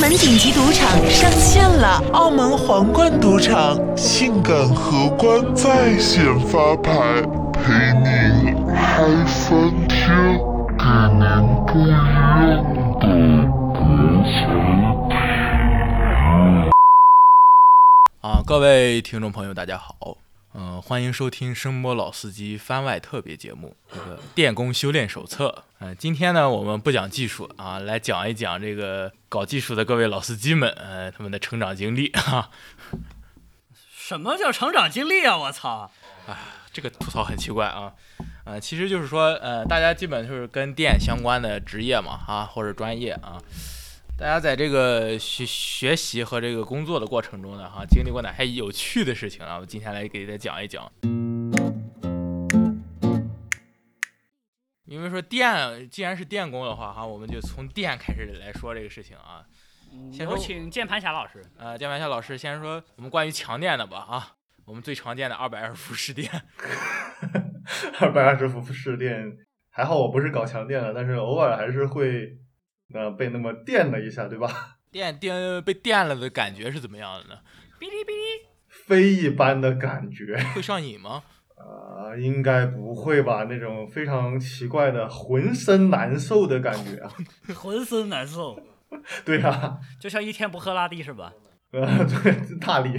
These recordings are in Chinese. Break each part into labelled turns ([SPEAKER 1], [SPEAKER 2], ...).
[SPEAKER 1] 门顶级赌场上线了，
[SPEAKER 2] 澳门皇冠赌场
[SPEAKER 3] 性感荷官在线发牌，陪您嗨翻天，给您不一样的国产
[SPEAKER 4] 啊，各位听众朋友，大家好，嗯、欢迎收听声波老司机番外特别节目《这个电工修炼手册》。嗯、今天呢，我们不讲技术啊，来讲一讲这个搞技术的各位老司机们，呃，他们的成长经历啊哈、
[SPEAKER 5] 什么叫成长经历啊？我操！
[SPEAKER 4] 这个吐槽很奇怪啊，呃，其实就是说，呃，大家基本就是跟电相关的职业嘛，啊，或者专业啊，大家在这个学学习和这个工作的过程中呢，哈、经历过哪些有趣的事情啊？我今天来给大家讲一讲。因为说电，既然是电工的话，哈、我们就从电开始来说这个事情啊。先说
[SPEAKER 5] 嗯有请键盘侠老师。
[SPEAKER 4] 呃，键盘侠老师先说我们关于强电的吧啊，我们最常见的二百二十伏室电，
[SPEAKER 6] 二百二十伏室电，还好我不是搞强电的，但是偶尔还是会，呃，被那么电了一下，对吧？
[SPEAKER 4] 电电被电了的感觉是怎么样的呢？
[SPEAKER 5] 哔哩哔哩，
[SPEAKER 6] 非一般的感觉
[SPEAKER 4] 会上瘾吗？
[SPEAKER 6] 啊、应该不会吧？那种非常奇怪的浑身难受的感觉啊，
[SPEAKER 5] 浑身难受，
[SPEAKER 6] 对啊，
[SPEAKER 5] 就像一天不喝拉力是吧？
[SPEAKER 6] 呃，对，大力，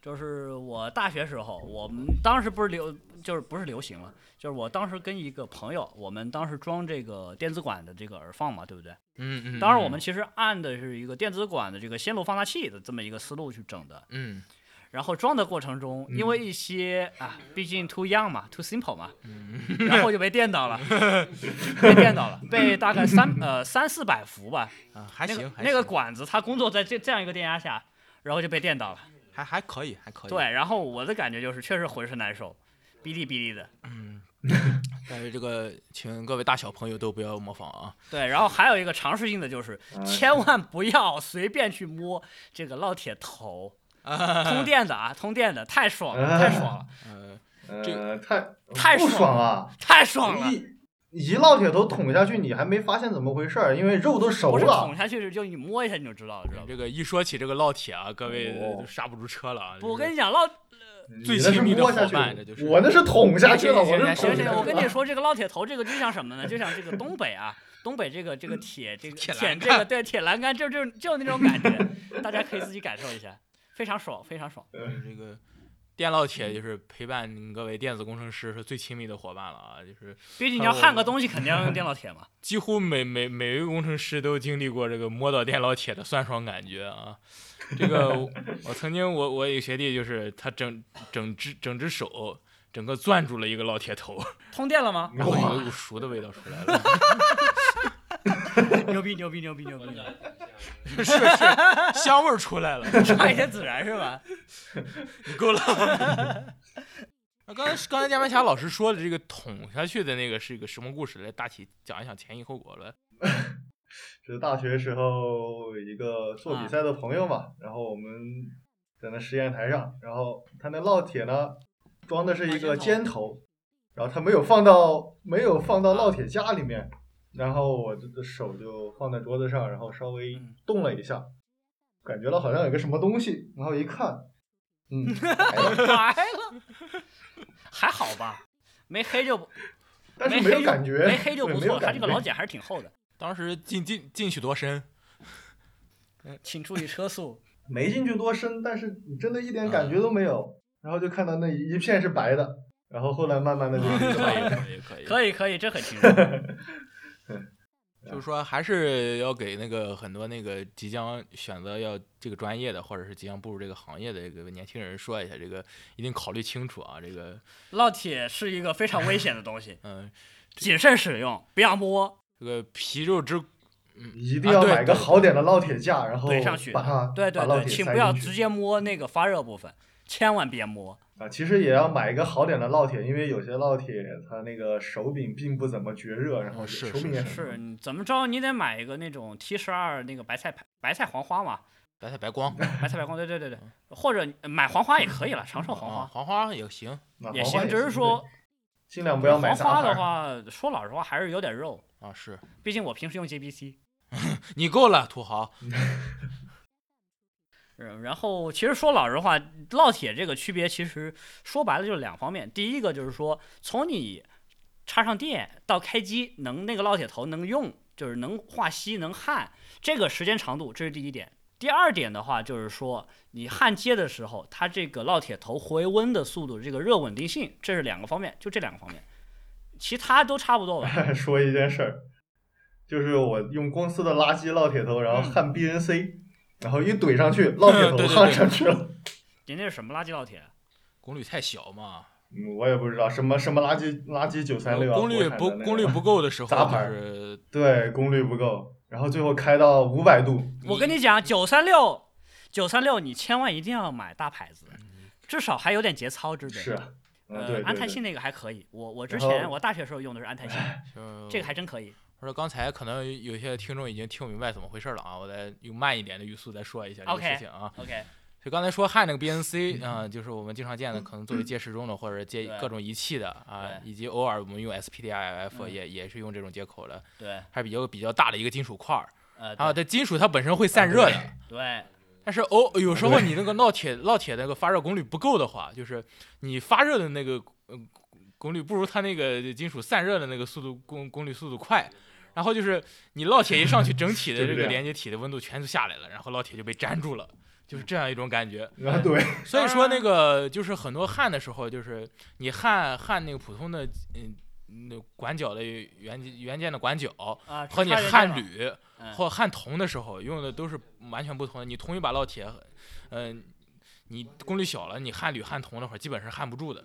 [SPEAKER 5] 就是我大学时候，我们当时不是流，就是不是流行了，就是我当时跟一个朋友，我们当时装这个电子管的这个耳放嘛，对不对？
[SPEAKER 4] 嗯嗯。
[SPEAKER 5] 当时我
[SPEAKER 4] 嗯
[SPEAKER 5] 们其实按的是一个电子管的这个线路放大器的这么一个思路去整的。
[SPEAKER 4] 嗯
[SPEAKER 5] 然后装的过程中，因为一些、啊，毕竟 too young 嘛，too simple 嘛，
[SPEAKER 4] 嗯
[SPEAKER 5] 然后就被电到了， 被电到了，被大概三呃三四百伏吧，
[SPEAKER 4] 啊，还
[SPEAKER 5] 那
[SPEAKER 4] 行
[SPEAKER 5] 个，
[SPEAKER 4] 还
[SPEAKER 5] 那个
[SPEAKER 4] 行
[SPEAKER 5] 管子它工作在这这样一个电压下，然后就被电到了。
[SPEAKER 4] 还还可以，还可以。
[SPEAKER 5] 对，，然后我的感觉就是确实浑身难受，哔哩哔哩的。
[SPEAKER 4] 但是这个请各位大小朋友都不要模仿啊。
[SPEAKER 5] 对，然后还有一个常识性的就是，
[SPEAKER 4] 哎
[SPEAKER 5] 千万不要随便去摸这个烙铁 头，通电的啊，通电的，太爽
[SPEAKER 4] 哎
[SPEAKER 5] 了，太爽了，
[SPEAKER 4] 呃，
[SPEAKER 6] 呃，太
[SPEAKER 5] 太
[SPEAKER 6] 不
[SPEAKER 5] 爽
[SPEAKER 6] 爽啊！
[SPEAKER 5] 太爽
[SPEAKER 4] 哎
[SPEAKER 5] 了。
[SPEAKER 6] 一一烙铁头捅下去，你还没发现怎么回事儿，因为肉都熟
[SPEAKER 5] 不是
[SPEAKER 6] 了
[SPEAKER 5] 捅。下去，是就你摸一下你就知道了，知道吗？
[SPEAKER 4] 这个一说起这个烙铁啊，各位
[SPEAKER 6] 哦
[SPEAKER 4] 都刹不住车了啊。
[SPEAKER 5] 我跟
[SPEAKER 4] 你
[SPEAKER 5] 你讲，烙
[SPEAKER 6] 你
[SPEAKER 4] 最
[SPEAKER 6] 那是
[SPEAKER 4] 亲密的
[SPEAKER 6] 摸
[SPEAKER 4] 伙
[SPEAKER 6] 下去
[SPEAKER 4] 伴，这就是
[SPEAKER 6] 我那是捅下去了，我
[SPEAKER 4] 行
[SPEAKER 6] 那是
[SPEAKER 4] 行
[SPEAKER 5] 行
[SPEAKER 6] 捅下去
[SPEAKER 5] 行，
[SPEAKER 6] 了。
[SPEAKER 5] 我跟你说，这个烙铁头这个就像什么呢？就像这个东北啊，东北这个这个铁这个
[SPEAKER 4] 铁
[SPEAKER 5] 铁
[SPEAKER 4] 栏
[SPEAKER 5] 这个对铁栏杆，就就就那种感觉，大家可以自己感受一下，非常爽，非常爽。
[SPEAKER 4] 这个电烙铁就是陪伴各位电子工程师是最亲密的伙伴了啊，就是
[SPEAKER 5] 毕竟你要焊个东西，肯定要用电烙铁嘛。
[SPEAKER 4] 几乎每每每位工程师都经历过这个摸到电烙铁的酸爽感觉啊。这个我我曾经我我有学弟就是他整整只整只手整个攥住了一个烙铁头，
[SPEAKER 5] 通电了吗？
[SPEAKER 4] 然后有一股熟的味道出来了。
[SPEAKER 5] 牛逼牛逼牛逼牛逼！
[SPEAKER 4] 是是，香味儿出来了，
[SPEAKER 5] 差一些孜然是吧？
[SPEAKER 4] 你够了。那刚才刚才键盘侠老师说的这个捅下去的那个是一个什么故事？来大体讲一讲前因后果了。
[SPEAKER 6] 是大学时候一个做
[SPEAKER 5] 啊
[SPEAKER 6] 比赛的朋友嘛，然后我们在那实验台上，然后他那烙铁呢装的是一个尖头，然后他没有放到没有放到
[SPEAKER 5] 啊
[SPEAKER 6] 烙铁架里面，然后我这个手就放在桌子上，然后稍微
[SPEAKER 5] 嗯
[SPEAKER 6] 动了一下，感觉到好像有个什么东西，然后一看， 嗯，白了
[SPEAKER 5] 来了，还好吧，没黑就不
[SPEAKER 6] 但是
[SPEAKER 5] 没
[SPEAKER 6] 没有
[SPEAKER 5] 黑就
[SPEAKER 6] 感觉，
[SPEAKER 5] 没黑就
[SPEAKER 6] 对
[SPEAKER 5] 不
[SPEAKER 6] 没有
[SPEAKER 5] 错，它这个
[SPEAKER 6] 感
[SPEAKER 5] 老
[SPEAKER 6] 觉
[SPEAKER 5] 茧还是挺厚的，
[SPEAKER 4] 当时进进进去多深？
[SPEAKER 5] 请注意车速。
[SPEAKER 6] 没进去多深，但是你真的一
[SPEAKER 5] 嗯
[SPEAKER 6] 点感觉都没有，然后就看到那一片是白的，然后后来慢慢的就
[SPEAKER 5] 嗯
[SPEAKER 4] 可
[SPEAKER 6] 明 白
[SPEAKER 4] 以
[SPEAKER 6] 了
[SPEAKER 4] 可以可以。
[SPEAKER 5] 可以可以，这很轻松。
[SPEAKER 4] 就是说，还是要给那个很多那个即将选择要这个专业的，或者是即将步入这个行业的这个年轻人说一下，这个一定考虑清楚啊。这个，，
[SPEAKER 5] 烙铁是一个非常危险的东西
[SPEAKER 4] 嗯，
[SPEAKER 5] 谨慎使用，不要摸，
[SPEAKER 4] 这个皮肉之
[SPEAKER 6] 一定要
[SPEAKER 4] 啊对
[SPEAKER 6] 买个好点的烙铁架，然后
[SPEAKER 5] 怼上去。
[SPEAKER 6] 把它
[SPEAKER 5] 对对
[SPEAKER 6] 把烙
[SPEAKER 5] 对，
[SPEAKER 6] 铁
[SPEAKER 5] 请
[SPEAKER 6] 塞
[SPEAKER 5] 不要
[SPEAKER 6] 进去
[SPEAKER 5] 直接摸那个发热部分，千万别摸。
[SPEAKER 6] 啊。其实也要买一个好点的烙铁，因为有些烙铁它那个手柄并不怎么绝热，然后
[SPEAKER 4] 嗯是
[SPEAKER 6] 手柄
[SPEAKER 4] 是
[SPEAKER 6] 也很
[SPEAKER 5] 是你怎么着，你得买一个那种 T 十二那个白菜白白菜黄花嘛，
[SPEAKER 4] 白菜白光，
[SPEAKER 6] 嗯
[SPEAKER 5] 白菜白光，对对对对，或者呃买黄花也可以了，长寿黄
[SPEAKER 4] 啊，
[SPEAKER 5] 花
[SPEAKER 4] 黄花也行
[SPEAKER 6] 那
[SPEAKER 5] 也
[SPEAKER 6] 黄花
[SPEAKER 5] 行，只是说
[SPEAKER 6] 对尽量不要买
[SPEAKER 5] 黄
[SPEAKER 6] 杂
[SPEAKER 5] 花
[SPEAKER 6] 牌
[SPEAKER 5] 的
[SPEAKER 6] 儿。
[SPEAKER 5] 话，说老实话还是有点肉，
[SPEAKER 4] 啊，是
[SPEAKER 5] 毕竟我平时用 GBC。
[SPEAKER 4] 你够了，土豪。
[SPEAKER 5] 嗯，然后其实说老实话，烙铁这个区别其实说白了就是两方面。第一个就是说，从你插上电到开机能那个烙铁头能用，就是能化锡能焊，这个时间长度，这是第一点。第二点的话就是说，你焊接的时候，它这个烙铁头回温的速度，这个热稳定性，这是两个方面，就这两个方面，其他都差不多吧。
[SPEAKER 6] 说一件事儿，就是我用公司的垃圾烙铁头，
[SPEAKER 5] 嗯
[SPEAKER 6] 然后焊 BNC，、然后一怼上去，烙铁
[SPEAKER 4] 对对
[SPEAKER 6] 头
[SPEAKER 4] 对
[SPEAKER 6] 焊上去了。
[SPEAKER 5] 人家是什么垃圾烙铁？啊
[SPEAKER 4] 功率太小嘛，
[SPEAKER 6] 嗯，我也不知道什么什么垃圾垃圾九三六啊，
[SPEAKER 4] 呃功率
[SPEAKER 6] 国产的
[SPEAKER 4] 不
[SPEAKER 6] 那个
[SPEAKER 4] 功率 不够的时候，
[SPEAKER 6] 杂
[SPEAKER 4] 就
[SPEAKER 6] 牌
[SPEAKER 4] 是
[SPEAKER 6] 对，功率不够，然后最后开到五百度，
[SPEAKER 5] 我跟你讲，九三六，九三六，你千万一定要买大牌子，至少还有点节操之类的。
[SPEAKER 6] 是，嗯，对对
[SPEAKER 5] 呃，
[SPEAKER 6] 对
[SPEAKER 5] 安泰信那个还可以，我我之
[SPEAKER 6] 然后
[SPEAKER 5] 前我大学时候用的是安泰信，
[SPEAKER 4] 就
[SPEAKER 5] 这个还真可以。
[SPEAKER 4] 或者刚才可能有些听众已经听明白怎么回事了啊，我再用慢一点的语速再说一下这个
[SPEAKER 5] OK
[SPEAKER 4] 事情啊。
[SPEAKER 5] OK，
[SPEAKER 4] 就刚才说焊那个 BNC 啊、就是我们经常见的，可能作为接时钟的或者接
[SPEAKER 5] 嗯对
[SPEAKER 4] 各种仪器的啊，
[SPEAKER 5] 对
[SPEAKER 4] 以及偶尔我们用 SPDIF
[SPEAKER 5] 嗯
[SPEAKER 4] 也、也是用这种接口的，
[SPEAKER 5] 对，
[SPEAKER 4] 还是比较比较大的一个金属块儿
[SPEAKER 5] 呃，
[SPEAKER 4] 啊。
[SPEAKER 5] 对
[SPEAKER 4] 这金属它本身会散热的，
[SPEAKER 5] 对，
[SPEAKER 4] 但是哦，有时候你那个烙铁烙铁那个发热功率不够的话，就是你发热的那个呃功率不如它那个金属散热的那个速度功功率速度快。然后就是你烙铁一上去，整体的
[SPEAKER 6] 就
[SPEAKER 4] 这
[SPEAKER 6] 是这
[SPEAKER 4] 个
[SPEAKER 6] 样
[SPEAKER 4] 连接体的温度全都下来了，然后烙铁就被粘住了，就是这样一种感觉。
[SPEAKER 6] 啊对，
[SPEAKER 4] 所以说那个就是很多焊的时候，就是你焊焊那个普通的嗯那管脚的元件元件的管脚，
[SPEAKER 5] 啊，
[SPEAKER 4] 和你
[SPEAKER 5] 插电
[SPEAKER 4] 焊
[SPEAKER 5] 脑，
[SPEAKER 4] 铝
[SPEAKER 5] 嗯
[SPEAKER 4] 或焊铜的时候用的都是完全不同的。你同一把烙铁，嗯、你功率小了，你焊铝焊铜那会儿基本是焊不住的。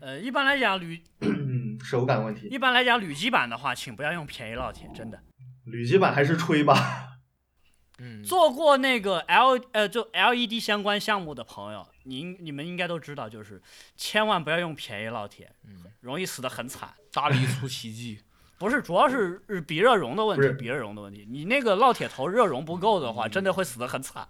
[SPEAKER 5] 呃，一般来讲铝，
[SPEAKER 6] 嗯，手感问题，
[SPEAKER 5] 一般来讲铝基板的话，请不要用便宜烙铁，真的。
[SPEAKER 6] 铝基板还是吹吧，
[SPEAKER 4] 嗯，
[SPEAKER 5] 做过那个 L 呃，就 LED 相关项目的朋友，您你们应该都知道，就是千万不要用便宜烙铁，容易死得很惨。
[SPEAKER 4] 大力出奇 迹，
[SPEAKER 5] 不是，主要是是比热容的问
[SPEAKER 6] 嗯不
[SPEAKER 5] 题，
[SPEAKER 6] 是嗯
[SPEAKER 5] 比热容的问题。你那个烙铁头热容不够的话，真的会死得很惨，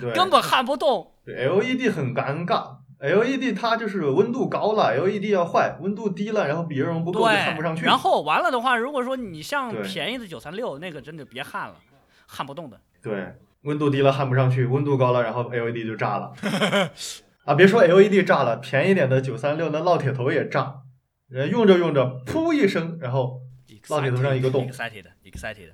[SPEAKER 6] 对，
[SPEAKER 5] 根本焊不动。
[SPEAKER 6] 对 LED 很尴尬。LED 它就是温度高了，LED 要坏；温度低了，然后比热容不够就看不上去。
[SPEAKER 5] 然后完了的话，如果说你像
[SPEAKER 6] 对
[SPEAKER 5] 便宜的九三六那个，真的别焊了，焊不动的。
[SPEAKER 6] 对，温度低了焊不上去，温度高了，然后 LED 就炸了。啊，别说 LED 炸了，便宜点的九三六那烙铁头也炸，人用着用着，噗一声，然后烙铁头上一个洞，
[SPEAKER 5] excited excited。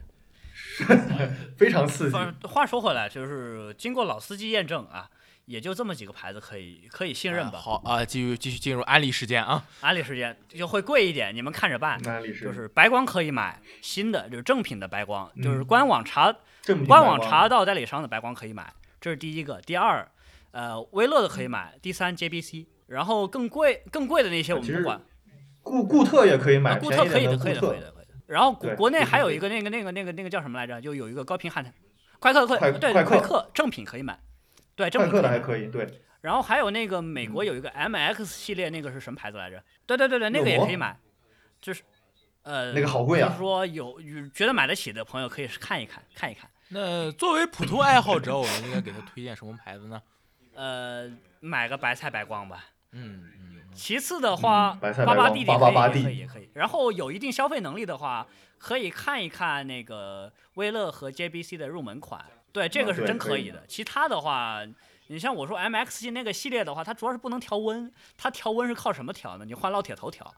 [SPEAKER 6] 非常刺激。
[SPEAKER 5] 反话说回来，就是经过老司机验证啊，也就这么几个牌子可以可以信任
[SPEAKER 4] 啊
[SPEAKER 5] 吧。
[SPEAKER 4] 好啊，继续继续进入安利时间啊。
[SPEAKER 5] 安利时间就会贵一点，你们看着办。
[SPEAKER 6] 那里是
[SPEAKER 5] 就是白光可以买新的，就是正品的白光，
[SPEAKER 6] 嗯
[SPEAKER 5] 就是官网查
[SPEAKER 6] 正品
[SPEAKER 5] 官网
[SPEAKER 6] 白
[SPEAKER 5] 查到代理商的白光可以买，这是第一个。第二，呃，微乐的可以买。第三，JBC。然后更贵更贵的那些我
[SPEAKER 6] 啊其
[SPEAKER 5] 们
[SPEAKER 6] 实
[SPEAKER 5] 不管，
[SPEAKER 6] 固固特也可以买，
[SPEAKER 5] 啊，固特可
[SPEAKER 6] 便宜
[SPEAKER 5] 以
[SPEAKER 6] 点
[SPEAKER 5] 的，
[SPEAKER 6] 固
[SPEAKER 5] 可以的，可以
[SPEAKER 6] 特。
[SPEAKER 5] 的，可以的。然后国
[SPEAKER 6] 对
[SPEAKER 5] 国内
[SPEAKER 6] 固特
[SPEAKER 5] 还有
[SPEAKER 6] 可以
[SPEAKER 5] 一个那个那个那个那个叫什么来着？就有一个高频汉的快客
[SPEAKER 6] 快
[SPEAKER 5] 快对
[SPEAKER 6] 快
[SPEAKER 5] 快
[SPEAKER 6] 客
[SPEAKER 5] 客正品可以买，对正
[SPEAKER 6] 快
[SPEAKER 5] 品可
[SPEAKER 6] 克
[SPEAKER 5] 以
[SPEAKER 6] 的还嗯
[SPEAKER 5] 买。
[SPEAKER 6] 可以，对，
[SPEAKER 5] 然后还有那个美国有一个 MX 系列，那个是什么牌子来着？对对对对，那个也
[SPEAKER 6] 肉
[SPEAKER 5] 可
[SPEAKER 6] 搏
[SPEAKER 5] 以买，就是呃
[SPEAKER 6] 那个好贵
[SPEAKER 5] 就是
[SPEAKER 6] 啊。
[SPEAKER 5] 说有有觉得买得起的朋友可以看一看看一看。
[SPEAKER 4] 那作为普通爱好者，我们应该给他推荐什么牌子呢？
[SPEAKER 5] 呃，买个白菜白光吧。
[SPEAKER 4] 嗯嗯，
[SPEAKER 5] 其次的话，
[SPEAKER 6] 嗯白菜
[SPEAKER 5] 八
[SPEAKER 6] 白
[SPEAKER 5] 八
[SPEAKER 6] 光
[SPEAKER 5] 地
[SPEAKER 6] 八八八
[SPEAKER 5] 也可以，
[SPEAKER 6] 地
[SPEAKER 5] 也可以。然后有一定消费能力的话，可以看一看那个威乐和 JBC 的入门款，对，这个
[SPEAKER 6] 啊
[SPEAKER 5] 是
[SPEAKER 6] 对
[SPEAKER 5] 真
[SPEAKER 6] 可
[SPEAKER 5] 可
[SPEAKER 6] 以
[SPEAKER 5] 以的。其他的话，你像我说 MX 系那个系列的话，它主要是不能调温，它调温是靠什么调呢？你换烙铁头 调，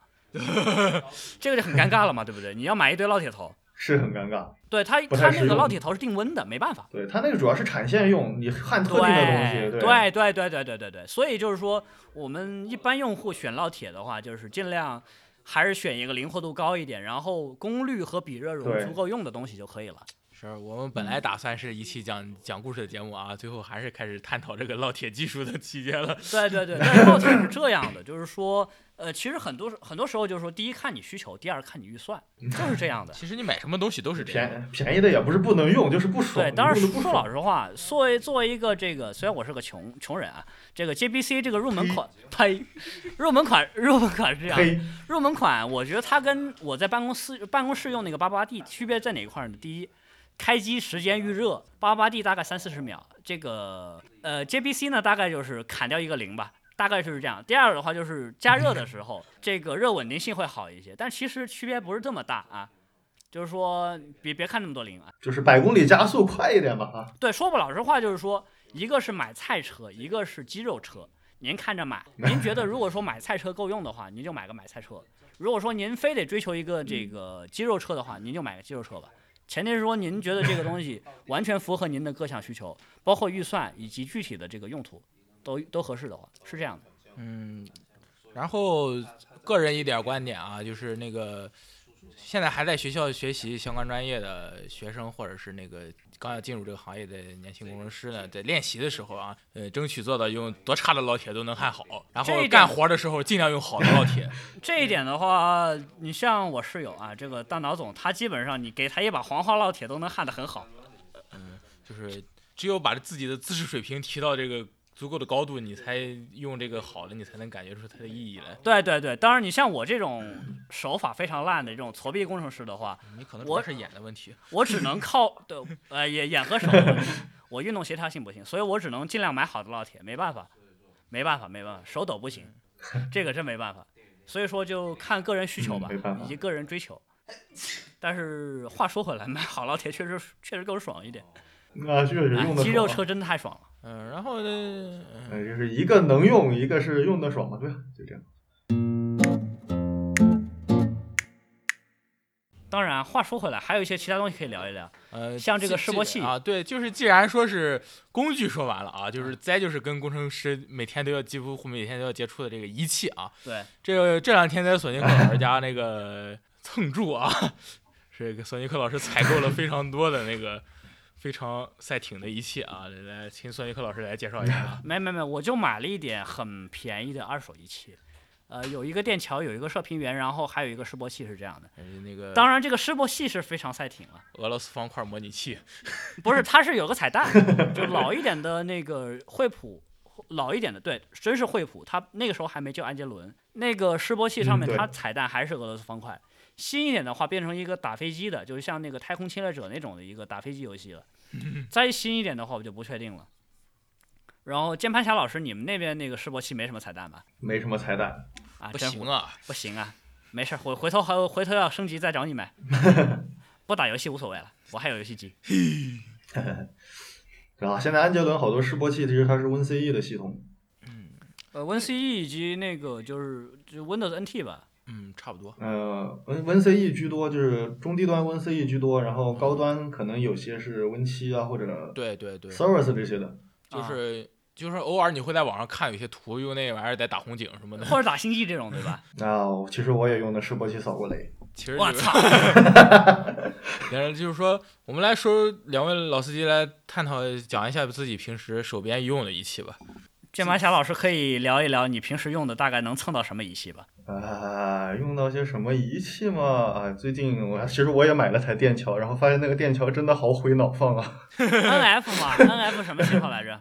[SPEAKER 5] 这个就很尴尬了嘛，对不对？你要买一堆烙铁头，
[SPEAKER 6] 是很尴尬。
[SPEAKER 5] 对它
[SPEAKER 6] 不
[SPEAKER 5] 它
[SPEAKER 6] 太
[SPEAKER 5] 那
[SPEAKER 6] 实
[SPEAKER 5] 个
[SPEAKER 6] 用
[SPEAKER 5] 烙铁头是定温的，没办法。
[SPEAKER 6] 对，它那个主要是产线用，你焊特定的东西，
[SPEAKER 5] 对对对对对对对对，所以就是说，我们一般用户选烙铁的话，就是尽量还是选一个灵活度高一点，然后功率和比热容
[SPEAKER 6] 对
[SPEAKER 5] 足够用的东西就可以了。
[SPEAKER 4] 是我们
[SPEAKER 5] 嗯
[SPEAKER 4] 本来打算是一期讲讲故事的节目啊，最后还是开始探讨这个烙铁技术的期间了。
[SPEAKER 5] 对对对，但是烙铁是这样的，就是说，呃，其实很多时很多时候就是说，第一看你需求，第二看你预算，就是这样的。
[SPEAKER 4] 其实你买什么东西都是这样。
[SPEAKER 6] 便便宜的也不是不能用，就是不爽。
[SPEAKER 5] 对，当然
[SPEAKER 6] 用着不
[SPEAKER 5] 说
[SPEAKER 6] 爽
[SPEAKER 5] 老。实话，作为作为一个这个，虽然我是个穷穷人啊，这个 JBC 这个入门款，呸，入门款入门款是这样的，
[SPEAKER 6] 嘿，
[SPEAKER 5] 入门款，我觉得它跟我在办公室办公室用那个八八 D 区别在哪一块儿呢？第一，开机时间预热，八八 D 大概三四十秒，这个呃 JBC 呢大概就是砍掉一个零吧，大概就是这样。第二的话就是加热的时候，这个热稳定性会好一些，但其实区别不是这么大啊。就是说别别看那么多零啊，
[SPEAKER 6] 就是百公里加速快一点吧啊，
[SPEAKER 5] 对，说不老实话，就是说，一个是买菜车，一个是肌肉车。您看着买，您觉得如果说买菜车够用的话，您就买个买菜车；如果说您非得追求一个这个肌肉车的话，您就买个肌肉车吧。前提是说您觉得这个东西完全符合您的各项需求，包括预算以及具体的这个用途，都都合适的话，是这样的。
[SPEAKER 4] 嗯，然后个人一点观点啊，就是那个现在还在学校学习相关专业的学生，或者是那个刚要进入这个行业的年轻工程师呢，在练习的时候啊，呃，争取做到用多差的烙铁都能焊好，然
[SPEAKER 5] 这一
[SPEAKER 4] 后
[SPEAKER 5] 点
[SPEAKER 4] 干活的时候尽量用好的烙铁。
[SPEAKER 5] 这一点的话，你像我室友啊，这个大脑总，他基本上你给他一把黄花烙铁都能焊得很好。
[SPEAKER 4] 就是只有把自己的知识水平提到这个足够的高度，你才用这个好的，你才能感觉出它的意义来。
[SPEAKER 5] 对对对，当然你像我这种
[SPEAKER 6] 嗯
[SPEAKER 5] 手法非常烂的这种挫逼工程师的 话，
[SPEAKER 4] 你可能主
[SPEAKER 5] 我
[SPEAKER 4] 要是演的问题。
[SPEAKER 5] 我只能靠对呃也眼 和手的问题，我运动协调性不行，所以我只能尽量买好的烙铁，没办法，没办法，没办法，手抖不行，这个真没办法。所以说就看个人需求吧
[SPEAKER 6] 嗯没办，法
[SPEAKER 5] 以及个人追求。但是话说回来，买好烙铁确实确实更爽一点，
[SPEAKER 6] 那确实
[SPEAKER 5] 哎
[SPEAKER 6] 用的啊
[SPEAKER 5] 肌肉车真的太爽了。
[SPEAKER 4] 嗯，然后呢，嗯
[SPEAKER 6] 哎，就是一个能用，一个是用的爽嘛，对吧，就这样。
[SPEAKER 5] 当然，话说回来，还有一些其他东西可以聊一聊。
[SPEAKER 4] 呃，
[SPEAKER 5] 像这个
[SPEAKER 4] 既
[SPEAKER 5] 示波
[SPEAKER 4] 既
[SPEAKER 5] 器
[SPEAKER 4] 啊，对，就是既然说是工具说完了啊，
[SPEAKER 5] 嗯
[SPEAKER 4] 就是再就是跟工程师每天都要几乎每天都要接触的这个仪器啊，
[SPEAKER 5] 对，
[SPEAKER 4] 这个这两天在索尼克老师家那 个蹭住啊，这个索尼克老师采购了非常多的那个非常赛艇的仪器啊，来请索尼克老师来介绍一下啊。
[SPEAKER 5] 没没没，我就买了一点很便宜的二手仪器，呃，有一个电桥，有一个射频源，然后还有一个示波器是这样的。
[SPEAKER 4] 呃那个
[SPEAKER 5] 当然，这个示波器是非常赛艇了，
[SPEAKER 4] 俄罗斯方块模拟器，
[SPEAKER 5] 啊不是，它是有个彩蛋，就老一点的那个惠普，老一点的，对，真是惠普，它那个时候还没叫安杰伦，那个示波器上面
[SPEAKER 6] 嗯对
[SPEAKER 5] 它彩蛋还是俄罗斯方块，新一点的话变成一个打飞机的，就是像那个太空侵略者那种的一个打飞机游戏了，
[SPEAKER 6] 嗯
[SPEAKER 5] 再新一点的话我就不确定了。然后键盘侠老师，你们那边那个示波器没什么彩蛋吧？
[SPEAKER 6] 没什么彩蛋，
[SPEAKER 5] 啊，
[SPEAKER 4] 不
[SPEAKER 5] 真
[SPEAKER 4] 行啊，
[SPEAKER 5] 不行啊，没事儿，回回头还回头要升级再找你 买。不打游戏无所谓了，我还有游戏机。
[SPEAKER 6] 是吧？现在安杰伦好多示波器，其实它是 WinCE 的系统，
[SPEAKER 5] 呃，WinCE 以及那个就是就 Windows NT 吧。
[SPEAKER 4] 嗯，差不多。
[SPEAKER 6] 呃，Win WinCE 居多，就是中低端 WinCE 居多，然后高端可能有些是 Win 七啊或者
[SPEAKER 4] 对对对，
[SPEAKER 6] Service 这些的。
[SPEAKER 5] 啊
[SPEAKER 4] 就是就是偶尔你会在网上看有些图用那玩意儿在打红警什么的，
[SPEAKER 5] 或者打星际这种，对吧？
[SPEAKER 6] 那我其实我也用的示波器扫过雷，
[SPEAKER 4] 其实
[SPEAKER 5] 我
[SPEAKER 4] 就是
[SPEAKER 5] 操！
[SPEAKER 4] 然后就是说，我们来说两位老司机来探讨讲一下自己平时手边用的仪器吧。
[SPEAKER 5] 键盘侠老师可以聊一聊你平时用的大概能蹭到什么仪器吧？
[SPEAKER 6] 啊，用到些什么仪器嘛？啊，最近我其实我也买了台电桥，然后发现那个电桥真的好毁脑放啊。
[SPEAKER 5] NF 嘛，NF 什么信号来 着？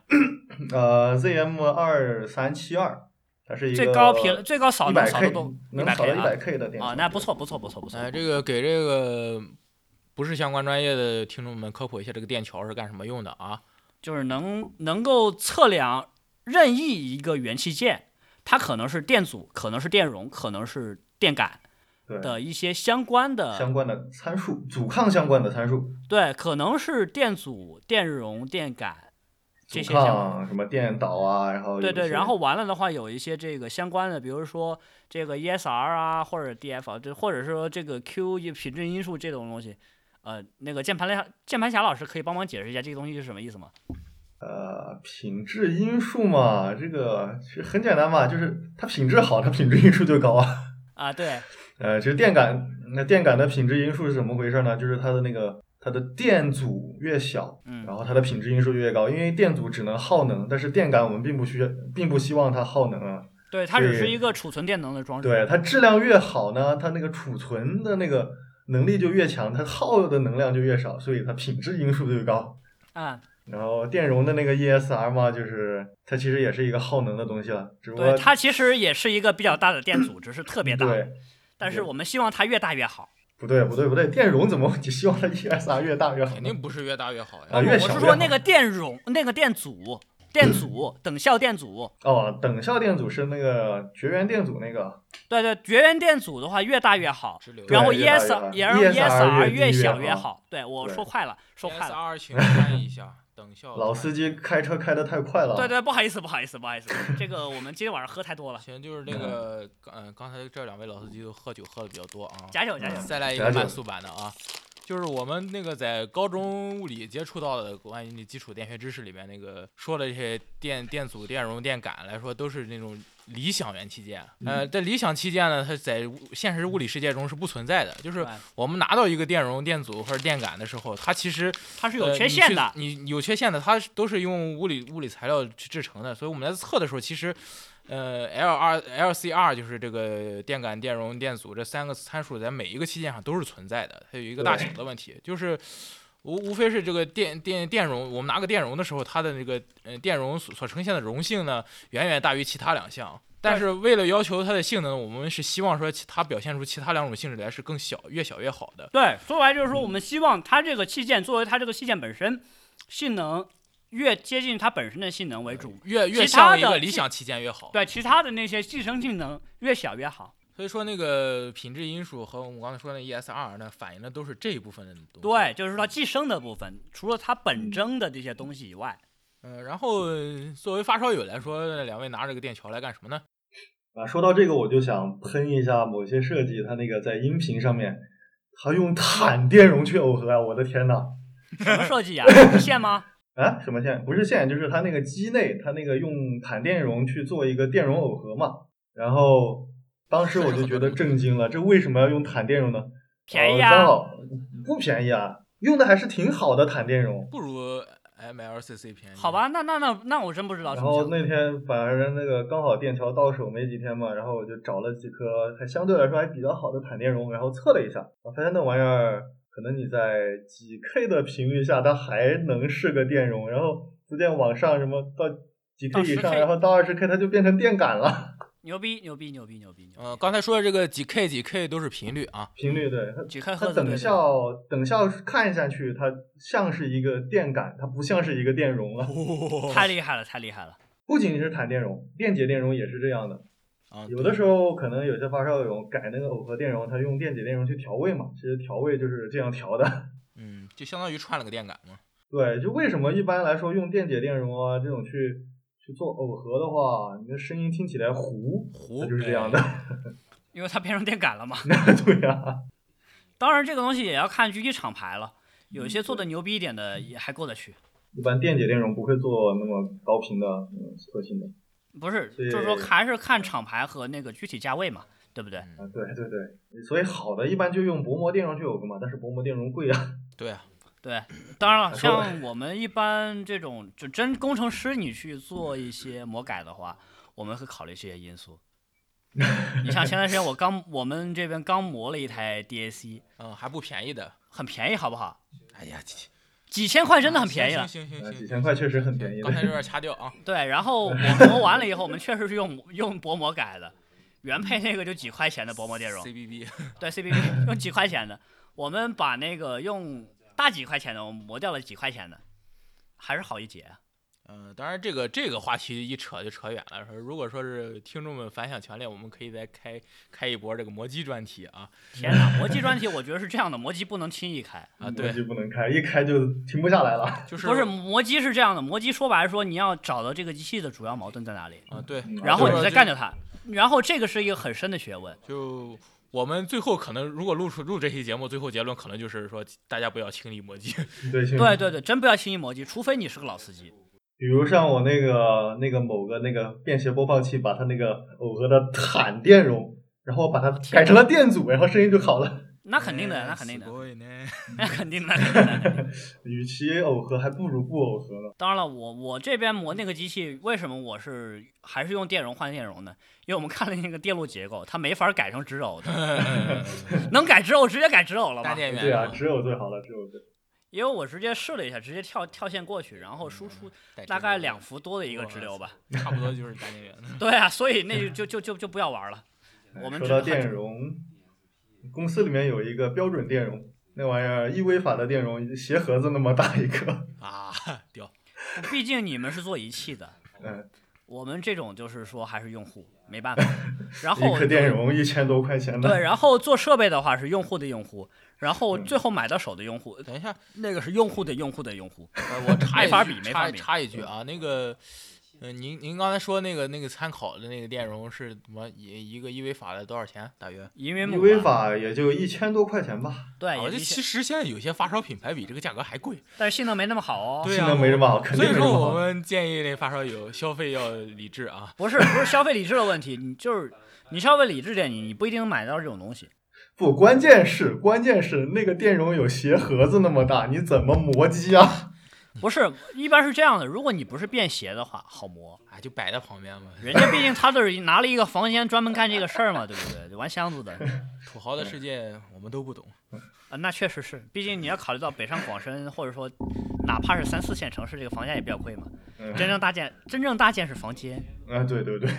[SPEAKER 6] 呃，ZM 二三七二，它是一个
[SPEAKER 5] 最高频、最高扫
[SPEAKER 6] 一
[SPEAKER 5] 能
[SPEAKER 6] 百
[SPEAKER 5] 扫得
[SPEAKER 6] K，
[SPEAKER 5] 动
[SPEAKER 6] 能
[SPEAKER 5] 百
[SPEAKER 6] 扫
[SPEAKER 5] K
[SPEAKER 6] 到一
[SPEAKER 5] 啊
[SPEAKER 6] 百 K 的电
[SPEAKER 5] 啊，
[SPEAKER 6] 池
[SPEAKER 5] 那不错，不错，不错，不错
[SPEAKER 4] 哎，。这个给这个不是相关专业的听众们科普一下，这个电桥是干什么用的啊？
[SPEAKER 5] 就是能能够测量任意一个元器件，它可能是电阻，可能是电容，可能是电感
[SPEAKER 6] 对
[SPEAKER 5] 的一些相关的
[SPEAKER 6] 相关的参数，阻抗相关的参数，
[SPEAKER 5] 对，可能是电阻、电容、电感这
[SPEAKER 6] 阻
[SPEAKER 5] 些相关。
[SPEAKER 6] 抗什么电导啊，然后有
[SPEAKER 5] 对
[SPEAKER 6] 一
[SPEAKER 5] 对，
[SPEAKER 6] 些
[SPEAKER 5] 然后完了的话，有一些这个相关的，比如说这个 ESR 啊，或者 DF，啊，这或者说这个 Q 一品质因素这种东西，呃，那个键盘侠键盘侠老师可以帮忙解释一下这个东西是什么意思吗？
[SPEAKER 6] 呃品质因素嘛，这个其实很简单嘛，就是它品质好，它品质因素就高啊。
[SPEAKER 5] 啊，对，
[SPEAKER 6] 呃，其实电感那电感的品质因素是怎么回事呢？就是它的那个它的电阻越小，
[SPEAKER 5] 嗯
[SPEAKER 6] 然后它的品质因素越高，因为电阻只能耗能，但是电感我们并不需要，并不希望它耗能啊。
[SPEAKER 5] 对，它只
[SPEAKER 6] 对
[SPEAKER 5] 是一个储存电能的装置。
[SPEAKER 6] 对它质量越好呢，它那个储存的那个能力就越强，它耗的能量就越少，所以它品质因素就高。
[SPEAKER 5] 啊，
[SPEAKER 6] 然后电容的那个 ESR 嘛，就是它其实也是一个耗能的东西了，只不过
[SPEAKER 5] 对，它其实也是一个比较大的电阻，只是特别大。
[SPEAKER 6] 对
[SPEAKER 5] 但是我们希望它越大越好。
[SPEAKER 6] 不对不对不对，电容怎么你希望它 ESR 越大越好呢？
[SPEAKER 4] 肯定不是越大越好呀。
[SPEAKER 6] 啊越
[SPEAKER 5] 我
[SPEAKER 6] 小
[SPEAKER 5] 是
[SPEAKER 6] 越
[SPEAKER 5] 说
[SPEAKER 6] 好
[SPEAKER 5] 那个电容，那个电阻，电阻等效电阻。
[SPEAKER 6] 哦，等效电阻是那个绝缘电阻那个，
[SPEAKER 5] 对对，绝缘电阻的话越大越好，
[SPEAKER 4] 流
[SPEAKER 5] 然后
[SPEAKER 6] 对越大越
[SPEAKER 5] ES
[SPEAKER 6] 好
[SPEAKER 5] 也让 ESR
[SPEAKER 6] ESR
[SPEAKER 5] 越
[SPEAKER 6] 越低越
[SPEAKER 5] 小越
[SPEAKER 6] 好
[SPEAKER 5] 好。对我
[SPEAKER 6] 对，E
[SPEAKER 5] 说快了，说快了。
[SPEAKER 4] 二请翻译一下，等效
[SPEAKER 6] 老司机开车开的太快了。
[SPEAKER 5] 对对，不好意思，不好意思，不好意思，这个我们今天晚上喝太多了，
[SPEAKER 4] 行，就是那个，嗯、刚才这两位老司机都喝酒喝的比较多啊。
[SPEAKER 5] 假酒假酒。
[SPEAKER 6] 嗯
[SPEAKER 4] 再来一个慢速版的啊，就是我们那个在高中物理接触到的关于那基础电学知识里面那个说的这些电电阻、电容、电感来说，都是那种理想元器件。呃，在理想器件呢，它在物现实物理世界中是不存在的。就是
[SPEAKER 5] 对
[SPEAKER 4] 我们拿到一个电容、电阻或者电感的时候，它其实
[SPEAKER 5] 它是
[SPEAKER 4] 呃
[SPEAKER 5] 有缺
[SPEAKER 4] 你
[SPEAKER 5] 陷
[SPEAKER 4] 去
[SPEAKER 5] 的，
[SPEAKER 4] 你有缺陷的，它是都是用物理物理材料去制成的，所以我们在测的时候，其实，呃，L R L C R 就是这个电感、电容、电阻这三个参数在每一个器件上都是存在的，它有一个大小的问题，就是。无无非是这个电电电容，我们拿个电容的时候，它的那个呃电容所所呈现的容性呢，远远大于其他两项。但是为了要求它的性能，我们是希望说其它表现出其他两种性质来是更小，越小越好的。
[SPEAKER 5] 对，说白了就是说，
[SPEAKER 6] 嗯
[SPEAKER 5] 我们希望它这个器件作为它这个器件本身性能越接近它本身的性能为主，
[SPEAKER 4] 越越
[SPEAKER 5] 其他
[SPEAKER 4] 像一
[SPEAKER 5] 的
[SPEAKER 4] 个理
[SPEAKER 5] 器
[SPEAKER 4] 想器件越好。
[SPEAKER 5] 对其他的那些寄生性能越小越好。
[SPEAKER 4] 所以说那个品质因素和我们刚才说的 E ESR 呢，反映的都是这一部分的东西。
[SPEAKER 5] 对，，就是说寄生的部分，除了它
[SPEAKER 6] 嗯
[SPEAKER 5] 本征的这些东西以 外，
[SPEAKER 4] 嗯、然后呃作为发烧友来说，两位拿这个电桥来干什么呢？
[SPEAKER 6] 啊，说到这个，我就想喷一下某些设计，它那个在音频上面，它用坦电容去耦合啊，我的天呐！
[SPEAKER 5] 什么设计 啊？有线吗？
[SPEAKER 6] 啊，什么线？不是线，就是它那个机内，它那个用坦电容去做一个电容耦合嘛。然后当时我就觉得震惊了，这为什么要用坦电容呢？
[SPEAKER 5] 便宜
[SPEAKER 6] 呃
[SPEAKER 5] 啊
[SPEAKER 6] 刚！好不便宜啊，用的还是挺好的坦电容。
[SPEAKER 4] 不如 MLCC 便宜。
[SPEAKER 5] 好，吧，那那那那我真不知道什
[SPEAKER 6] 然
[SPEAKER 5] 么
[SPEAKER 6] 后
[SPEAKER 5] 情况。
[SPEAKER 6] 那天反正那个刚好电桥到手没几天嘛，然后我就找了几颗还相对来说还比较好的坦电容，然后测了一下，我发现那玩意儿可能你在几 K 的频率下，它还能是个电容，然后逐渐往上什么到几 K
[SPEAKER 5] 到
[SPEAKER 6] 以
[SPEAKER 5] 10K
[SPEAKER 6] 上，然后到二十 K 它就变成电感了，
[SPEAKER 5] 牛逼牛逼牛逼牛逼牛逼！
[SPEAKER 4] 呃，刚才说的这个几 K 几 K 都是频率啊。
[SPEAKER 6] 频率对它。
[SPEAKER 5] 举开
[SPEAKER 6] 它
[SPEAKER 5] 盒子对
[SPEAKER 6] 等
[SPEAKER 5] 对
[SPEAKER 6] 效等效看下去，它像是一个电感，它不像是一个电容了。
[SPEAKER 5] 太厉害了，太厉害了！
[SPEAKER 6] 不仅仅是坦电容，电解电容也是这样的。
[SPEAKER 4] 啊，
[SPEAKER 6] 有的
[SPEAKER 4] 对
[SPEAKER 6] 时候可能有些发烧友改那个耦合电容，他用电解电容去调味嘛，其实调味就是这样调的。
[SPEAKER 4] 嗯，就相当于串了个电感嘛。
[SPEAKER 6] 对，就为什么一般来说用电解电容啊这种去去做耦合的话，你的声音听起来糊，
[SPEAKER 4] 糊哎
[SPEAKER 6] 它就是这样的。
[SPEAKER 5] 因为它变成电感了嘛。
[SPEAKER 6] 对呀、
[SPEAKER 5] 当然，这个东西也要看具体厂牌了，有一些做的牛逼一点的也还过得去。
[SPEAKER 6] 一般电解电容不会做那么高频的嗯核心的
[SPEAKER 5] 不是，
[SPEAKER 6] 对
[SPEAKER 5] 就是说还是看厂牌和那个具体价位嘛，对不对？
[SPEAKER 6] 啊，对对对，所以好的一般就用薄膜电容去耦合嘛，但是薄膜电容贵啊。
[SPEAKER 4] 对啊，
[SPEAKER 5] 对，当然了，
[SPEAKER 6] 说
[SPEAKER 5] 像我们一般这种就真工程师，你去做一些魔改的话，我们会考虑这些因素。你像前段时间我刚我们这边刚磨了一台 DAC，
[SPEAKER 4] 嗯，还不便宜的。
[SPEAKER 5] 很便宜，好不好？
[SPEAKER 4] 哎呀，几
[SPEAKER 5] 几千块真的很便宜了。哎
[SPEAKER 4] 行行
[SPEAKER 6] 啊
[SPEAKER 4] 行行，
[SPEAKER 6] 几千块确实很便宜
[SPEAKER 4] 刚才
[SPEAKER 6] 的
[SPEAKER 4] 有点掐掉啊。
[SPEAKER 5] 对，然后我磨完了以后，我们确实是用用薄膜改的，原配那个就几块钱的薄膜电容，
[SPEAKER 4] CBB
[SPEAKER 5] 对 CBB 用几块钱的，我们把那个用大几块钱的，我们磨掉了几块钱的，还是好一截。啊
[SPEAKER 4] 嗯，当然这个这个话题一扯就扯远了。说如果说是听众们反响强烈，我们可以再开开一波这个魔机专题啊
[SPEAKER 5] 天哪，魔机专题我觉得是这样的，魔机不能轻易开，
[SPEAKER 4] 啊，
[SPEAKER 6] 那
[SPEAKER 4] 对，
[SPEAKER 6] 就不能开，一开就停不下来了。
[SPEAKER 4] 就是
[SPEAKER 5] 不是魔机是这样的，魔机说白了说你要找到这个机器的主要矛盾在哪里，
[SPEAKER 4] 啊，对，
[SPEAKER 5] 然后
[SPEAKER 4] 就是
[SPEAKER 5] 你
[SPEAKER 4] 说
[SPEAKER 5] 再
[SPEAKER 4] 就
[SPEAKER 5] 干掉它，然后这个是一个很深的学问。
[SPEAKER 4] 就我们最后可能如果录出录这期节目，最后结论可能就是说，大家不要轻敌魔机。
[SPEAKER 6] 对，对
[SPEAKER 5] 对对对，真不要轻易魔机，除非你是个老司机。
[SPEAKER 6] 比如像我那个那个某个那个便携播放器，把它那个耦合的坦电容，然后把它 改成了电阻，然后声音就好了。
[SPEAKER 5] 那肯定的，那肯定
[SPEAKER 4] 哎
[SPEAKER 5] 的，
[SPEAKER 4] 的。
[SPEAKER 5] 那肯定的，那肯定的。
[SPEAKER 6] 与其耦合，还不如不耦合呢。
[SPEAKER 5] 当然了，我我这边磨那个机器，为什么我是还是用电容换电容呢？因为我们看了那个电路结构，它没法改成直偶的， 能改直偶直接改直偶了
[SPEAKER 4] 大
[SPEAKER 5] 吧？
[SPEAKER 4] 电源
[SPEAKER 6] 对啊，
[SPEAKER 4] 嘛
[SPEAKER 6] 只有最好了，只有最
[SPEAKER 5] 因为我直接试了一下，直接跳跳线过去，然后输出
[SPEAKER 4] 带
[SPEAKER 5] 大
[SPEAKER 4] 嗯直流
[SPEAKER 5] 概
[SPEAKER 4] 的
[SPEAKER 5] 两伏多的一个直流吧。
[SPEAKER 4] 啊 差不多就是大电 源了。
[SPEAKER 5] 对啊，所以那就就就就就不要玩了。我们
[SPEAKER 6] 嗯说
[SPEAKER 5] 只
[SPEAKER 6] 到
[SPEAKER 5] 能
[SPEAKER 6] 电容，公司里面有一个标 准电容，那玩意儿依规法的电容，鞋盒子那么大一个，
[SPEAKER 4] 啊，屌！
[SPEAKER 5] 毕竟你们是做仪器的，
[SPEAKER 6] 嗯，
[SPEAKER 5] 我们这种就是说还是用户，没办 法。然后
[SPEAKER 6] 一颗电容一千多块钱
[SPEAKER 5] 对，
[SPEAKER 6] 的，
[SPEAKER 5] 然后做设备的话是用户的用户，然后最后买到手的用户，
[SPEAKER 4] 等一下，
[SPEAKER 5] 那个是用户的用户的用户。
[SPEAKER 4] 呃我插一
[SPEAKER 5] 没法
[SPEAKER 4] 句
[SPEAKER 5] 比没
[SPEAKER 4] 插
[SPEAKER 5] 法比
[SPEAKER 4] 插一句啊，那个，呃，您您刚才说那个那个参考的那个电容是怎么一一个依维法的多少钱？大约？
[SPEAKER 5] 因为
[SPEAKER 6] 依
[SPEAKER 5] 木
[SPEAKER 4] 啊
[SPEAKER 6] 维
[SPEAKER 5] 嘛
[SPEAKER 6] 法也就一千多块钱吧，
[SPEAKER 5] 对，
[SPEAKER 4] 我觉
[SPEAKER 5] 也
[SPEAKER 4] 得
[SPEAKER 5] 理解
[SPEAKER 4] 啊其实现在有些发烧品牌比这个价格还贵，
[SPEAKER 5] 但是性能没那么好哦。
[SPEAKER 4] 对
[SPEAKER 6] 性
[SPEAKER 4] 啊
[SPEAKER 6] 能没这么好，肯
[SPEAKER 4] 所
[SPEAKER 6] 定
[SPEAKER 4] 以
[SPEAKER 6] 没这么
[SPEAKER 4] 说
[SPEAKER 6] 好。
[SPEAKER 4] 我们建议那发烧友消费要理智啊。
[SPEAKER 5] 不是不是消费理智的问题，你就是你稍微理智点，你你不一定能买到这种东西。
[SPEAKER 6] 不，关键是关键是那个电容有鞋盒子那么大，你怎么磨机啊？
[SPEAKER 5] 不是，一般是这样的，如果你不是便携的话，好磨。
[SPEAKER 4] 哎，就摆在旁边嘛。
[SPEAKER 5] 人家毕竟他这是拿了一个房间专门干这个事儿嘛，对不对？玩箱子的，
[SPEAKER 4] 土豪的世界我们都不懂。
[SPEAKER 5] 啊，那确实是，毕竟你要考虑到北上广深，或者说哪怕是三四线城市，这个房价也比较贵嘛。
[SPEAKER 6] 嗯
[SPEAKER 5] 真正大件，真正大件是房间，
[SPEAKER 6] 啊，对对对，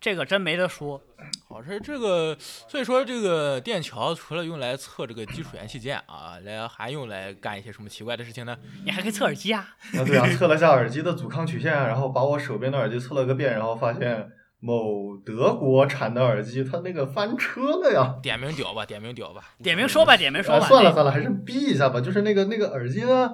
[SPEAKER 5] 这个真没得说。
[SPEAKER 4] 好，这这个，所以说这个电桥除了用来测这个基础元器件啊，来还用来干一些什么奇怪的事情呢？
[SPEAKER 5] 你还可以测耳机啊，
[SPEAKER 6] 啊对啊，测了下耳机的阻抗曲线，啊然后把我手边的耳机测了个遍，然后发现某德国产的耳机它那个翻车了呀。
[SPEAKER 4] 点名屌吧，点名屌吧，
[SPEAKER 5] 点名说吧，点名说
[SPEAKER 6] 啊，
[SPEAKER 5] 吧。
[SPEAKER 6] 算了算了，还是逼一下吧。就是那个那个耳机呢，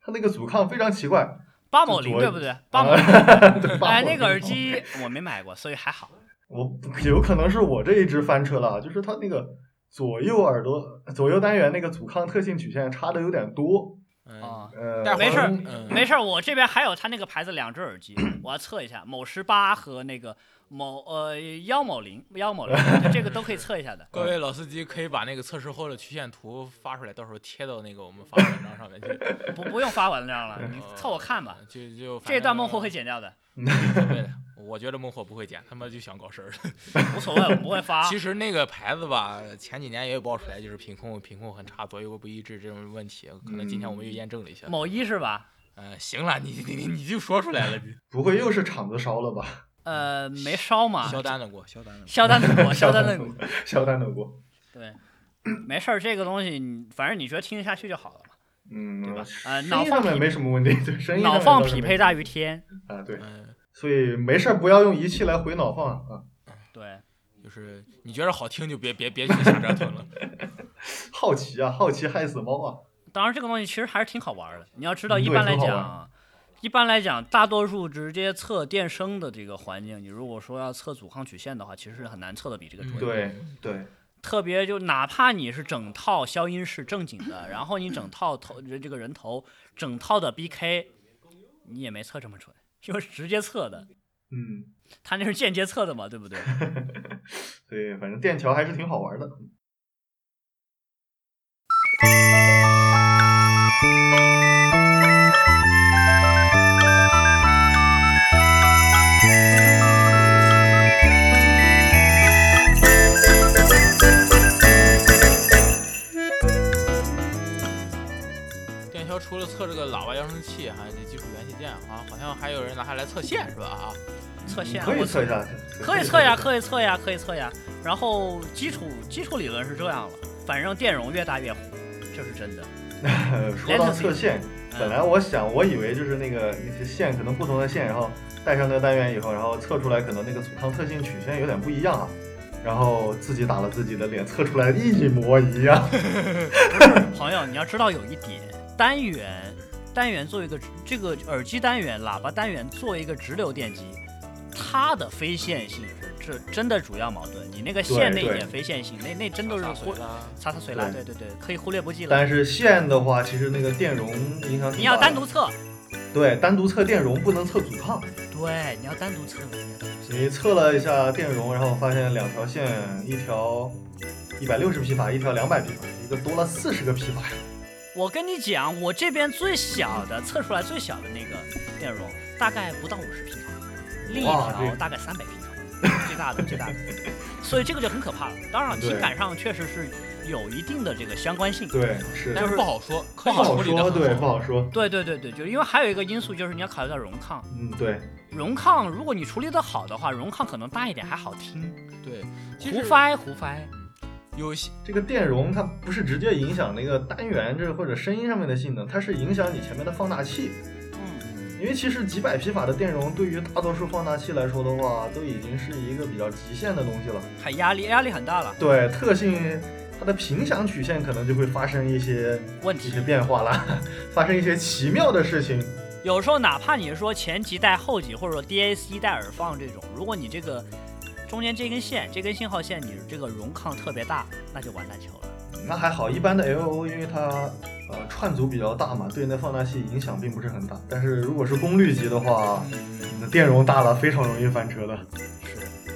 [SPEAKER 6] 它那个阻抗非常奇怪。
[SPEAKER 5] 八某零对
[SPEAKER 6] 就昨
[SPEAKER 5] 不 对？八某
[SPEAKER 6] 啊
[SPEAKER 5] 零，
[SPEAKER 6] 对
[SPEAKER 5] 哎，
[SPEAKER 6] 八宝
[SPEAKER 5] 那个耳
[SPEAKER 6] 铃
[SPEAKER 5] 机我没买过，所以还好。
[SPEAKER 6] 我有可能是我这一只翻车了，啊就是它那个左右耳朵左右单元那个阻抗特性曲线差的有点多。
[SPEAKER 4] 嗯，
[SPEAKER 5] 啊、
[SPEAKER 6] 呃，
[SPEAKER 4] 但
[SPEAKER 5] 没事儿
[SPEAKER 4] 嗯
[SPEAKER 5] 没事儿，我这边还有他那个牌子两只耳机，我要测一下，某十八和那个某呃幺某零幺某零，这个都可以测一下的。
[SPEAKER 4] 各位老司机可以把那个测试后的曲线图发出来，到时候贴到那个我们发的文章上面去。
[SPEAKER 5] 不不用发文章了， 你
[SPEAKER 4] 呃
[SPEAKER 5] 凑合看
[SPEAKER 6] 嗯
[SPEAKER 5] 吧。
[SPEAKER 4] 就就
[SPEAKER 5] 这段孟获会
[SPEAKER 4] 剪，
[SPEAKER 5] 剪掉的，
[SPEAKER 4] 对的，我觉得孟获不会剪，他妈就想搞事儿。
[SPEAKER 5] 无所谓，我不会 发。
[SPEAKER 6] 啊
[SPEAKER 4] 其实那个牌子吧，前几年也有爆出来，就是品控品控很差，左右不一致这种问题，可能今天我
[SPEAKER 6] 嗯
[SPEAKER 4] 们又验证了一下。
[SPEAKER 5] 某一是吧？
[SPEAKER 4] 呃，行了，你你你你就说出来了，你
[SPEAKER 6] 不会又是厂子烧了吧？
[SPEAKER 5] 呃，没烧
[SPEAKER 6] 啊
[SPEAKER 5] 嘛。
[SPEAKER 4] 肖丹的锅，肖丹的锅。
[SPEAKER 5] 肖丹 的锅，肖丹的
[SPEAKER 6] 锅
[SPEAKER 5] 锅。，
[SPEAKER 6] 肖丹的锅。
[SPEAKER 5] 对，没事儿，这个东西你反正你觉得听得下去就好了嘛。
[SPEAKER 6] 嗯，
[SPEAKER 5] 对吧呃
[SPEAKER 6] 声音
[SPEAKER 5] 脑放
[SPEAKER 6] 上面
[SPEAKER 5] 匹
[SPEAKER 6] 没什么问题，对，声音
[SPEAKER 5] 脑
[SPEAKER 6] 上面
[SPEAKER 5] 放
[SPEAKER 6] 倒是
[SPEAKER 5] 匹
[SPEAKER 6] 没
[SPEAKER 5] 配大于天，
[SPEAKER 6] 啊，对，
[SPEAKER 4] 嗯，
[SPEAKER 6] 所以没事儿不要用仪器来回脑放啊，
[SPEAKER 5] 对，
[SPEAKER 4] 就是你觉得好听就别别别去瞎折腾了。
[SPEAKER 6] 好奇啊，好奇害死猫啊，
[SPEAKER 5] 当然这个东西其实还是挺好玩儿的。你要知道，
[SPEAKER 6] 嗯
[SPEAKER 5] 一
[SPEAKER 6] 对
[SPEAKER 5] 般来
[SPEAKER 6] 很好
[SPEAKER 5] 讲，一般来讲，大多数直接测电声的这个环境，你如果说要测阻抗曲线的话，其实是很难测的比这个准。
[SPEAKER 6] 对对，
[SPEAKER 5] 特别就哪怕你是整套消音室正经的，然后你 整套头这个人头整套的 BK，你也没测这么准，就是直接测的，
[SPEAKER 6] 嗯。
[SPEAKER 5] 他那是间接测的嘛，对不对？
[SPEAKER 6] 对，反正电桥还是挺好玩的。
[SPEAKER 4] 电销除了测这个喇叭扬声器，还有这基础元器件啊，好像还有人拿它来测线是吧？啊，
[SPEAKER 5] 测线
[SPEAKER 6] 嗯
[SPEAKER 5] 啊
[SPEAKER 6] 可以
[SPEAKER 5] 我
[SPEAKER 6] 测一下，
[SPEAKER 5] 可以测呀，可以测呀，可以测呀。然后基础基础理论是这样了，反正电容越大越糊，这是真的。
[SPEAKER 6] 呃说到测线，
[SPEAKER 5] 嗯
[SPEAKER 6] 本来我想，我以为就是那个那些线，可能不同的线，然后带上那个单元以后，然后测出来可能那个阻抗特性曲线有点不一样啊。然后自己打了自己的脸，测出来一模一样。
[SPEAKER 5] 朋友，你要知道有一点，单元单元做一个这个耳机单元、喇叭单元做一个直流电机，它的非线性是这真的主要矛盾。你那个线那
[SPEAKER 6] 对
[SPEAKER 5] 一
[SPEAKER 6] 对
[SPEAKER 5] 点非线性，那那真都是
[SPEAKER 4] 洒水
[SPEAKER 5] 忽
[SPEAKER 4] 啦。
[SPEAKER 5] 擦擦水啦，对
[SPEAKER 6] 对
[SPEAKER 5] 对对，可以忽略不计了。
[SPEAKER 6] 但是线的话，其实那个电容影响挺大的
[SPEAKER 5] 你要单独测，
[SPEAKER 6] 对单独测电容，不能测阻抗。
[SPEAKER 5] 对，你要单独测。你要单独测
[SPEAKER 6] 你测了一下电容，然后发现两条线，一条一百六十匹法，一条两百匹法，一个多了四十个匹法呀。
[SPEAKER 5] 我跟你讲，我这边最小的测出来最小的那个电容，大概不到五十匹吧，另一
[SPEAKER 6] 哇这
[SPEAKER 5] 条大概三百匹吧，最大的最大的， 所以这个就很可怕了。当然，
[SPEAKER 6] 对
[SPEAKER 5] 体感上确实是有一定的这个相关性。
[SPEAKER 6] 对，是
[SPEAKER 4] 但是不好说，可以
[SPEAKER 6] 不好
[SPEAKER 4] 处理的
[SPEAKER 6] 说，
[SPEAKER 4] 很
[SPEAKER 6] 对，不好说。
[SPEAKER 5] 对对对对，就是因为还有一个因素就是你要考虑到容抗，
[SPEAKER 6] 嗯，对，
[SPEAKER 5] 容抗如果你处理的好的话，容抗可能大一点还好听，
[SPEAKER 4] 对，其
[SPEAKER 5] 胡
[SPEAKER 4] 实
[SPEAKER 5] 翻胡翻。
[SPEAKER 4] 有些
[SPEAKER 6] 这个电容它不是直接影响那个单元这或者声音上面的性能，它是影响你前面的放大器。
[SPEAKER 5] 嗯，
[SPEAKER 6] 因为其实几百匹法的电容对于大多数放大器来说的话，都已经是一个比较极限的东西了。
[SPEAKER 5] 很压力，压力很大了。
[SPEAKER 6] 对特性，它的频响曲线可能就会发生一些
[SPEAKER 5] 问
[SPEAKER 6] 一
[SPEAKER 5] 题
[SPEAKER 6] 些变化啦， 发生一些奇妙的事情。
[SPEAKER 5] 有时候哪怕你说前级带后级，或者说 DAC 带耳放这种，如果你这个中间这根线，这根信号线你这个容抗特别大，那就完蛋球了。
[SPEAKER 6] 那还好，一般的 L O 因为它呃串阻比较大嘛，对那放大器影响并不是很大。但是如果是功率级的话，你的电容大了非常容易翻车的。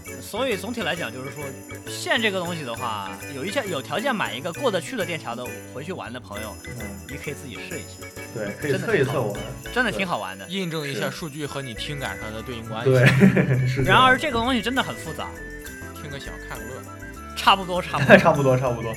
[SPEAKER 5] 是，所以总体来讲就是说，线这个东西的话，有一些有条件买一个过得去的电条的，回去玩的朋友，
[SPEAKER 6] 嗯，
[SPEAKER 5] 你可以自己试一下，
[SPEAKER 6] 对，可以测一测我们。
[SPEAKER 5] 真的挺好玩的。
[SPEAKER 4] 印证一下数据和你听感上的对应关系。
[SPEAKER 6] 对， 是这
[SPEAKER 5] 然
[SPEAKER 6] 样。
[SPEAKER 5] 而这个东西真的很复杂，
[SPEAKER 4] 听个响看个乐。
[SPEAKER 5] 差不多差不多。
[SPEAKER 6] 差不多，差不多。